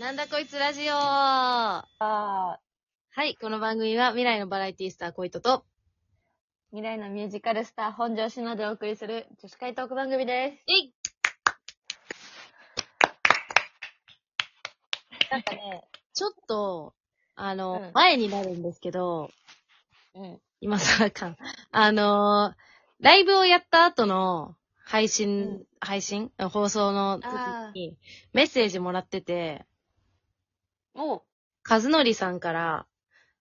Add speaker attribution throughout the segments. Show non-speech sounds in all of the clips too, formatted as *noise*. Speaker 1: なんだこいつラジオは
Speaker 2: あ
Speaker 1: い、この番組は未来のバラエティスターコイトと、
Speaker 2: 未来のミュージカルスター本庄志乃でお送りする女子会トーク番組で
Speaker 1: えい
Speaker 2: す。なんかね、
Speaker 1: ちょっと、あの、
Speaker 2: うん
Speaker 1: 前になるんですけど、
Speaker 2: うん。
Speaker 1: 今更か。あのーライブをやった後の配信、
Speaker 2: うん
Speaker 1: 配信放送の時にメッセージもらってて、
Speaker 2: も
Speaker 1: 和則さんから、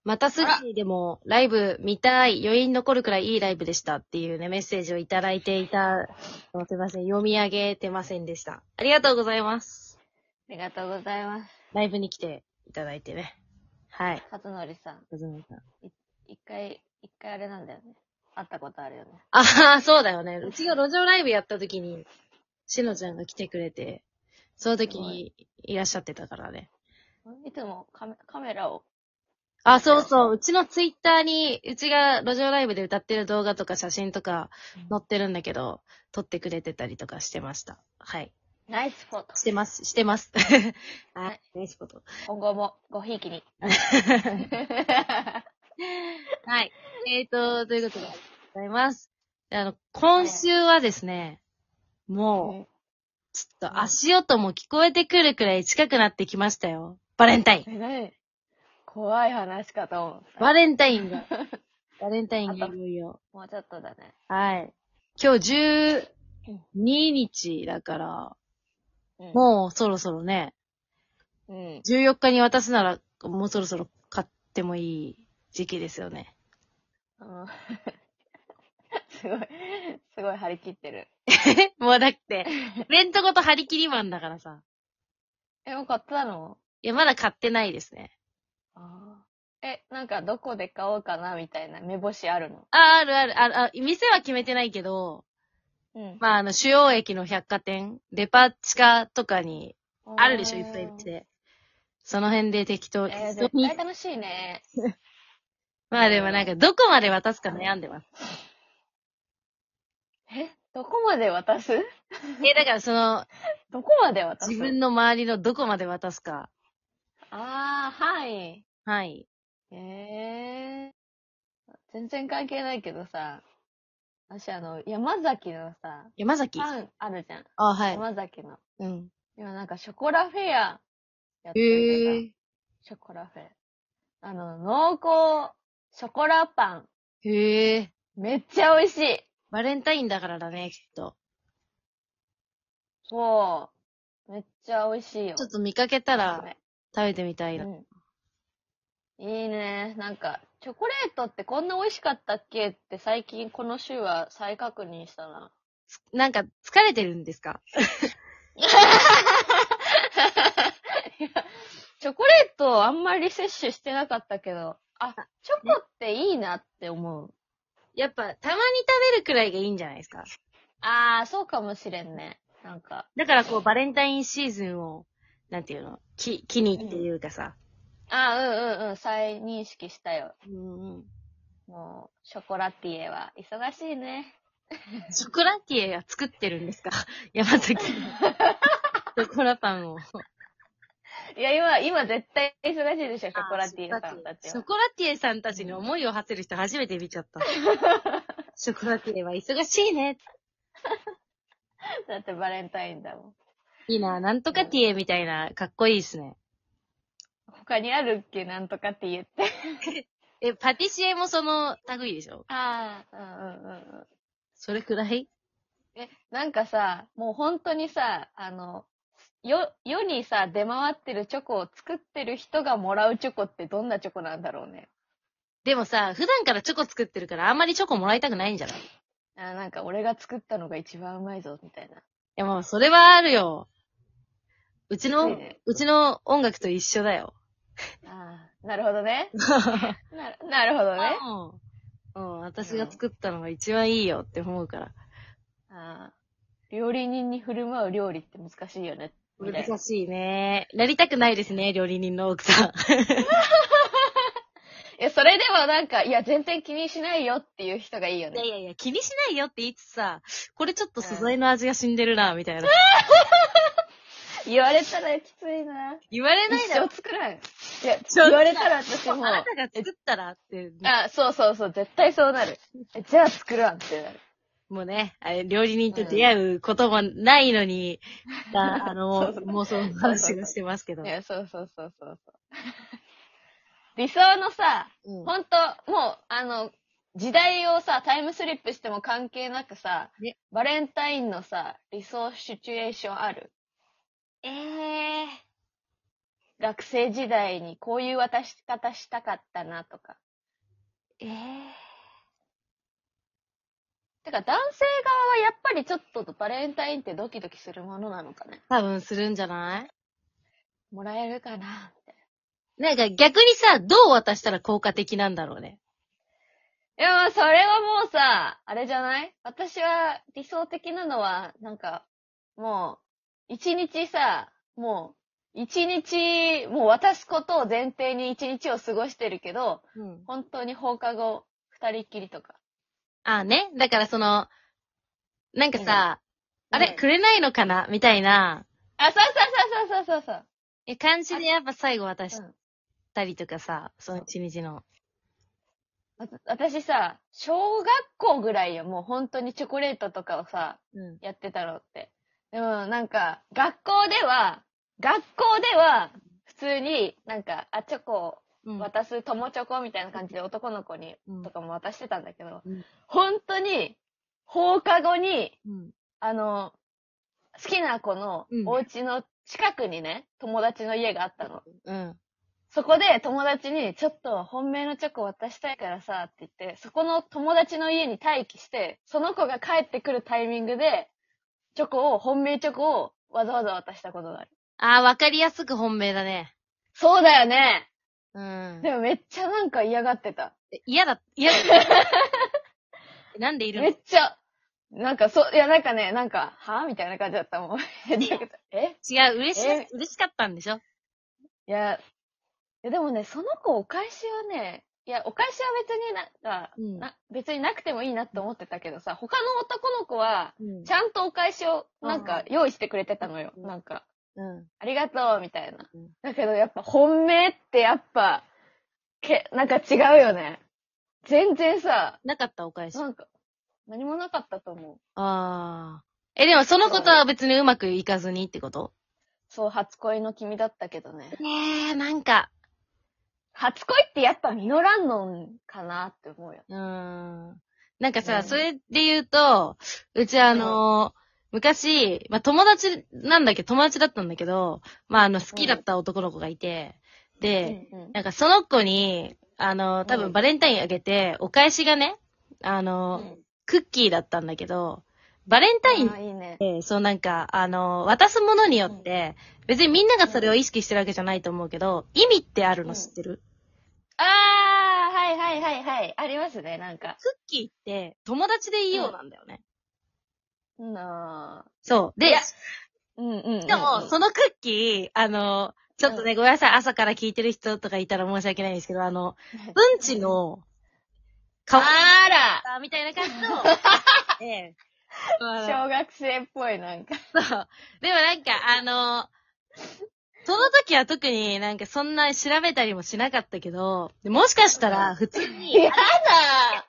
Speaker 1: またすぐにでもライブ見たい、余韻残るくらいいいライブでしたっていうね、メッセージをいただいていた、すいません、読み上げてませんでした。ありがとうございます。
Speaker 2: う、ありがとうございます。
Speaker 1: ライブに来ていただいてね。はい。
Speaker 2: 勝則さん。
Speaker 1: 和則さん。
Speaker 2: 一回、一回あれなんだよね。会ったことあるよね。
Speaker 1: ああ、そうだよね。うちが路上ライブやった時に、しのちゃんが来てくれて、その時にいらっしゃってたからね。
Speaker 2: いつもカメカメラを。
Speaker 1: あ、そうそう。うちのツイッターに、うちが路上ライブで歌ってる動画とか写真とか載ってるんだけど、撮ってくれてたりとかしてました。はい。
Speaker 2: ナイスフォト。
Speaker 1: してます、してます。 *laughs* はい。ナイスこと。
Speaker 2: 今後もごひいきに。
Speaker 1: はい。えーと、ということで、ありがとうございます。あの、今週はですね、もう、ちょっと足音も聞こえてくるくらい近くなってきましたよ。バレンタイン。
Speaker 2: え、なに怖い話かと思う。
Speaker 1: バレンタイン *laughs* が。バレンタインがいよいよ。
Speaker 2: もうちょっとだね。
Speaker 1: はい。今日12日だから、
Speaker 2: うん
Speaker 1: もうそろそろね、
Speaker 2: うん。
Speaker 1: 14日に渡すなら、もうそろそろ買ってもいい時期ですよね。
Speaker 2: うん *laughs* すごい、すごい張り切ってる。
Speaker 1: もうだ *laughs* って、レントごと張り切りマンだからさ。
Speaker 2: え、もう買ったの
Speaker 1: いや、まだ買ってないですね。
Speaker 2: あーえ、なんかどこで買おうかなみたいな目星あるの
Speaker 1: あ、あるある、ある、あ、店は決めてないけど、
Speaker 2: うん。
Speaker 1: まあ、あの、主要駅の百貨店、デパ地下とかに、あるでしょ、いっぱい
Speaker 2: て
Speaker 1: 店。その辺で適当、
Speaker 2: えー、
Speaker 1: 適当に
Speaker 2: 絶対楽しいね。
Speaker 1: まあでもなんか、どこまで渡すか悩んで *laughs* ます。
Speaker 2: え、どこまで渡す *laughs*
Speaker 1: え、だからその、
Speaker 2: どこまで渡す
Speaker 1: 自分の周りのどこまで渡すか。
Speaker 2: ああ、はい。
Speaker 1: はい。
Speaker 2: えー。全然関係ないけどさ、私あの、山崎のさ、
Speaker 1: 山崎あ
Speaker 2: パンあるじゃん。
Speaker 1: はい。
Speaker 2: 山崎の。
Speaker 1: うん。
Speaker 2: 今なんかショコラフェアやってる
Speaker 1: へ
Speaker 2: のさ
Speaker 1: え。
Speaker 2: ショコラフェ。あの、濃厚ショコラパン。
Speaker 1: へえ。
Speaker 2: めっちゃ美味しい。
Speaker 1: バレンタインだからだね、きっと。
Speaker 2: そう。めっちゃ美味しいよ。
Speaker 1: ちょっと見かけたら、食べてみたいな。
Speaker 2: うん、いいね。なんか、チョコレートってこんな美味しかったっけって最近この週は再確認したな。
Speaker 1: なんか、疲れてるんですか
Speaker 2: いやチョコレートあんまり摂取してなかったけど、あ、チョコっていいなって思う。
Speaker 1: やっぱ、たまに食べるくらいがいいんじゃないですか。
Speaker 2: あー、そうかもしれんね。なんか、
Speaker 1: だからこう、バレンタインシーズンを、なんていうの、き、気にっていうかさ。
Speaker 2: あー、うんうんうん、再認識したよ。
Speaker 1: うんうん。
Speaker 2: もう、ショコラティエは忙しいね。
Speaker 1: ショコラティエが作ってるんですか *laughs* 山
Speaker 2: *laughs*
Speaker 1: 崎の。ショコラパンを。シ
Speaker 2: いや、今、今絶対忙しいでしょ、ショコラティエさんたち
Speaker 1: ショ
Speaker 2: は。
Speaker 1: コラティエさんたちに思いを馳せる人初めて見ちゃ
Speaker 2: *laughs*
Speaker 1: った。ショコラティエは忙しいね。
Speaker 2: だってバレンタインだもん。
Speaker 1: いいな、なんとかティエみたいな、かっこいいですね。
Speaker 2: 他にあるっけなんとかって言って。
Speaker 1: え、パティシエもその類でしょ
Speaker 2: ああ、うんうんうんうん。
Speaker 1: それくらい
Speaker 2: え、なんかさ、もう本当にさ、あの、よ、世にさ、出回ってるチョコを作ってる人がもらうチョコってどんなチョコなんだろうね。
Speaker 1: でもさ、普段からチョコ作ってるからあんまりチョコもらいたくないんじゃないい
Speaker 2: あーなんか俺が作ったのが一番うまいぞ、みたいな。
Speaker 1: や、まあ、それはあるよ。うち
Speaker 2: きつい
Speaker 1: の
Speaker 2: ね、
Speaker 1: うちの音楽と一緒だよ。
Speaker 2: ああ、なるほど
Speaker 1: *laughs*
Speaker 2: ね。ななるほどね。
Speaker 1: うん。うん、私が作ったのが一番いいよって思うから。
Speaker 2: あー料理人に振る舞う料理って難しいよね。みたいな
Speaker 1: 難しいね。なりたくないですね、料理人の奥さん。
Speaker 2: いや、それでもなんか、いや、全然気にしないよっていう人がいいよ
Speaker 1: いや
Speaker 2: ね
Speaker 1: い。やいや、気にしないよって言いつつさ、これちょっと素材の味が死んでるな、みたいな。
Speaker 2: 言われたらきついな。
Speaker 1: *laughs* 言われ
Speaker 2: 一
Speaker 1: ないだろ *laughs*
Speaker 2: 生。作らん。いや、
Speaker 1: ちょっと
Speaker 2: 言われたら私もう、
Speaker 1: あなたが作ったらって、
Speaker 2: あ、そうそうそう、絶対そうなる。えじゃあ作らんってなる。
Speaker 1: もうね、あれ料理人と出会うこともないのに、ああの、
Speaker 2: *laughs* そう
Speaker 1: 妄想の話をしてますけど
Speaker 2: い。や、そうそうそうそうそう。理想のさ、
Speaker 1: うん
Speaker 2: ほんと、もう、あの、時代をさ、タイムスリップしても関係なくさ、
Speaker 1: ね
Speaker 2: バレンタインのさ、理想シチュエーションある
Speaker 1: ええ
Speaker 2: 学生時代にこういう渡し方したかったなとか。
Speaker 1: ええ
Speaker 2: てか男性側はやっぱりちょっとバレンタインってドキドキするものなのかね。
Speaker 1: 多分するんじゃない
Speaker 2: もらえるかなって。
Speaker 1: なんか逆にさ、どう渡したら効果的なんだろうね。
Speaker 2: いや、まあ、それはもうさ、あれじゃない私は理想的なのは、なんか、もう、一日さ、もう、一日、もう渡すことを前提に一日を過ごしてるけど、
Speaker 1: うん。
Speaker 2: 本当に放課後、二人っきりとか。
Speaker 1: ああね。だからその、なんかさ、
Speaker 2: うん
Speaker 1: あれ、
Speaker 2: うん
Speaker 1: くれないのかなみたいな、
Speaker 2: あ、そうそうそうそうそうそう
Speaker 1: え感じでやっぱ最後渡し
Speaker 2: そう。うん
Speaker 1: たりとかさ、その一日の。
Speaker 2: わた私さ、小学校ぐらいよ、もう本当にチョコレートとかをさ、
Speaker 1: うん。
Speaker 2: やってたろうって。でもなんか、学校では、学校では、普通になんか、あ、チョコ
Speaker 1: うん。
Speaker 2: 渡す、友チョコみたいな感じで男の子に
Speaker 1: うん
Speaker 2: とかも渡してたんだけど、
Speaker 1: うん
Speaker 2: 本当に、放課後に、
Speaker 1: うん。
Speaker 2: あの、好きな子の
Speaker 1: うん
Speaker 2: お家の近くにね、友達の家があったの。
Speaker 1: うん。
Speaker 2: そこで友達に、ちょっと本命のチョコ渡したいからさ、って言って、そこの友達の家に待機して、その子が帰ってくるタイミングで、チョコを、本命チョコをわざわざ渡したことがある。
Speaker 1: ああ、わかりやすく本命だね。
Speaker 2: そうだよね。
Speaker 1: うん。
Speaker 2: でもめっちゃなんか嫌がってた。
Speaker 1: 嫌だ、嫌 *laughs* だ。なんでいる
Speaker 2: め
Speaker 1: の
Speaker 2: っちゃ、なんかそう、いやなんかね、なんか、はぁみたいな感じだったもん。え
Speaker 1: 違う、嬉し
Speaker 2: え
Speaker 1: い、嬉しかったんでしょ
Speaker 2: いや、いやでもね、その子お返しはね、いや、お返しは別になんか、
Speaker 1: うん
Speaker 2: な別になくてもいいなって思ってたけどさ、他の男の子は、
Speaker 1: うん
Speaker 2: ち。ゃんとお返しを、なんか、用意してくれてたのよ。
Speaker 1: うん
Speaker 2: なんか、
Speaker 1: うん。
Speaker 2: ありがとう、みたいな
Speaker 1: うん。
Speaker 2: だけど、やっぱ、本命ってやっぱ、け、なんか違うよね。全然さ、
Speaker 1: なかったお返し。あ
Speaker 2: なんか、何もなかったと思う。
Speaker 1: あー。え、でもそのことは別にうまくいかずにってこと
Speaker 2: そう、初恋の君だったけどね。
Speaker 1: ねえ、なんか、
Speaker 2: 初恋ってやっぱ実らんのかなって思うよ。
Speaker 1: うーん。なんかさ、
Speaker 2: うん
Speaker 1: それで言うと、うちあのー昔、まあ、友達なんだけど、友達だったんだけど、まあ、あの、好きだった男の子がいて、で、
Speaker 2: うんうん
Speaker 1: なんかその子に、あの、多
Speaker 2: うん
Speaker 1: 分バレンタインあげて、お返しがね、あの、
Speaker 2: うん
Speaker 1: クッキーだったんだけど、バレンタインっ
Speaker 2: あーいいね。
Speaker 1: て、そうなんか、あの、渡すものによって、別にみんながそれを意識してるわけじゃないと思うけど、意味ってあるの知ってる、
Speaker 2: あー、はいはいはいはい。ありますね、なんか。
Speaker 1: クッキーって友達でいようなんだよね。
Speaker 2: な
Speaker 1: そう。
Speaker 2: い
Speaker 1: で
Speaker 2: や、うんうんうんうん。
Speaker 1: しかも、そのクッキー、あの、ちょっとね、ごめんなさい、朝から聞いてる人とかいたら申し訳ないんですけど、あの、うんちの、かわ
Speaker 2: あら
Speaker 1: いみたいな感じの、 *laughs* ええ。
Speaker 2: 小学生っぽい、なんか。
Speaker 1: そう。でもなんか、あの、その時は特になんかそんな調べたりもしなかったけど、でもしかしたら普通に、
Speaker 2: だ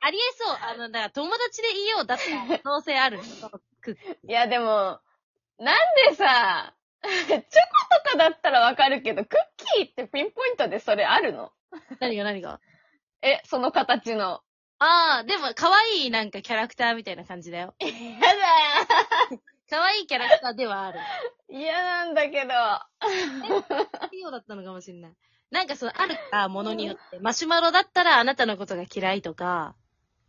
Speaker 1: ありえそう。あの、だから友達でいようだった可能性ある。そのクッキー
Speaker 2: いや、でも、なんでさ、チョコとかだったらわかるけど、クッキーってピンポイントでそれあるの
Speaker 1: 何が何が
Speaker 2: え、その形の。
Speaker 1: ああ、でも可愛いなんかキャラクターみたいな感じだよ。
Speaker 2: やだ
Speaker 1: 可愛いキャラクターではあ *laughs* る。
Speaker 2: 嫌なんだけど。
Speaker 1: いいようだったのかもしれない。なんかその、あるかものによって、マシュマロだったらあなたのことが嫌いとか、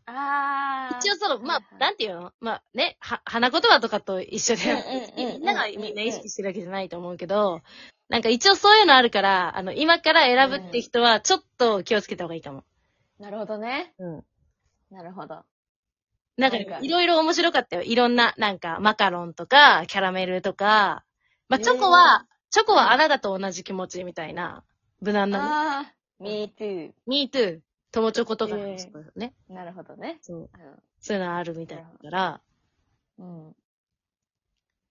Speaker 2: あー。
Speaker 1: 一応その、ま
Speaker 2: はいは
Speaker 1: あ、
Speaker 2: い
Speaker 1: なんていうのまあね、は、花言葉とかと一緒で、
Speaker 2: うんうんうんうん
Speaker 1: みんながみんな意識してるわけじゃないと思うけど、なんか一応そういうのあるから、あの、今から選ぶって人はちょっと気をつけた方がいいかも。
Speaker 2: なるほどね。
Speaker 1: うん。
Speaker 2: なるほど。
Speaker 1: なんか
Speaker 2: なんか
Speaker 1: ね、いろいろ面白かったよ。いろんな、なんか、マカロンとか、キャラメルとか、まあ、チョコは、チョコはあなたと同じ気持ちみたいな、無難なね。
Speaker 2: あー、me too.
Speaker 1: me too. 友チョコとかのチョコね。
Speaker 2: なるほどね。
Speaker 1: そう。
Speaker 2: うん
Speaker 1: そういうのあるみたいだから、
Speaker 2: うん。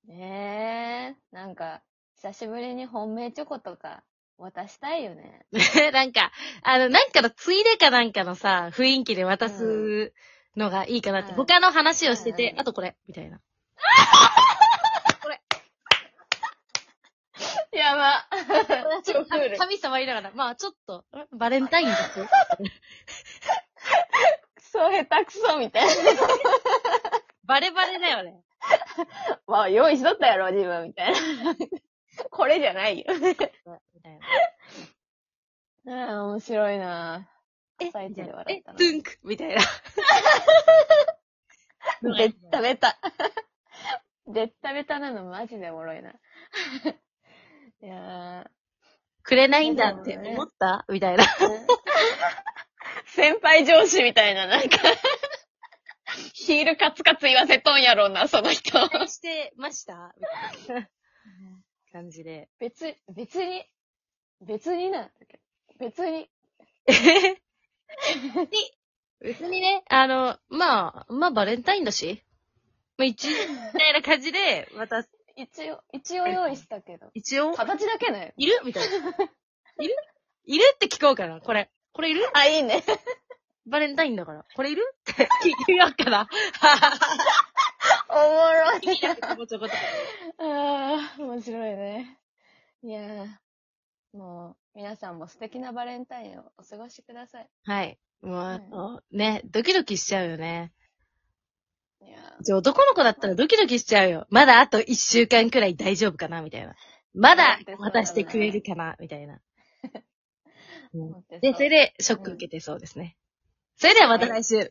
Speaker 2: ねえ、なんか、久しぶりに本命チョコとか渡したいよね。
Speaker 1: *laughs* なんか、あの、なんかのついでかなんかのさ、雰囲気で渡すのがいいかなって。
Speaker 2: うん
Speaker 1: 他の話をしてて、
Speaker 2: うん
Speaker 1: あとこれ、みたいな。
Speaker 2: や *laughs* ば。超クール。
Speaker 1: 神様言いながら、まあちょっと、バレンタインですよ。
Speaker 2: クソ下手くそみたい
Speaker 1: バレバレだよね。
Speaker 2: な。まあ、用意しとったやろ、自分、みたいな。これじゃないよ。
Speaker 1: みたいな。
Speaker 2: ああ、面白いな
Speaker 1: え
Speaker 2: 朝一で笑った
Speaker 1: え
Speaker 2: な
Speaker 1: トゥンクみたいな。
Speaker 2: ベッタベ *laughs* タ。ベッタベタなのマジでおもろいな。 *laughs* い *laughs* や
Speaker 1: くれないんだって思ったみたいな。
Speaker 2: ー。先輩上司みたいな、なんか。ヒールカツカツ言わせとんやろうな、その人。
Speaker 1: してましたみたいな *laughs* 感じで。
Speaker 2: 別、別に、別になんだけど。別に。
Speaker 1: 別にね、あの、まあ、まあバレンタインだし。まあ一応、みたいな感じで、また、
Speaker 2: 一応、一応用意したけど。
Speaker 1: 一応、
Speaker 2: 形だけね。
Speaker 1: いるみたいな。いるいるって聞こうかな。これ。これいる
Speaker 2: あ、いいね。
Speaker 1: バレンタインだから。これいるって聞いてみようかな。
Speaker 2: おもろい。
Speaker 1: ちょこちょこと。
Speaker 2: ああ、面白いね。いやー、もう、皆さんも素敵なバレンタインをお過ごしください。
Speaker 1: はい。もう、あのね、ドキドキしちゃうよね。
Speaker 2: いや
Speaker 1: じゃあ男の子だったらドキドキしちゃうよ。まだあと一週間くらい大丈夫かなみたいな。まだ渡してくれるかなみたいな。
Speaker 2: ー、
Speaker 1: うん
Speaker 2: 思って
Speaker 1: で、
Speaker 2: そう
Speaker 1: それでショック受けてそうですね。それではまた来週。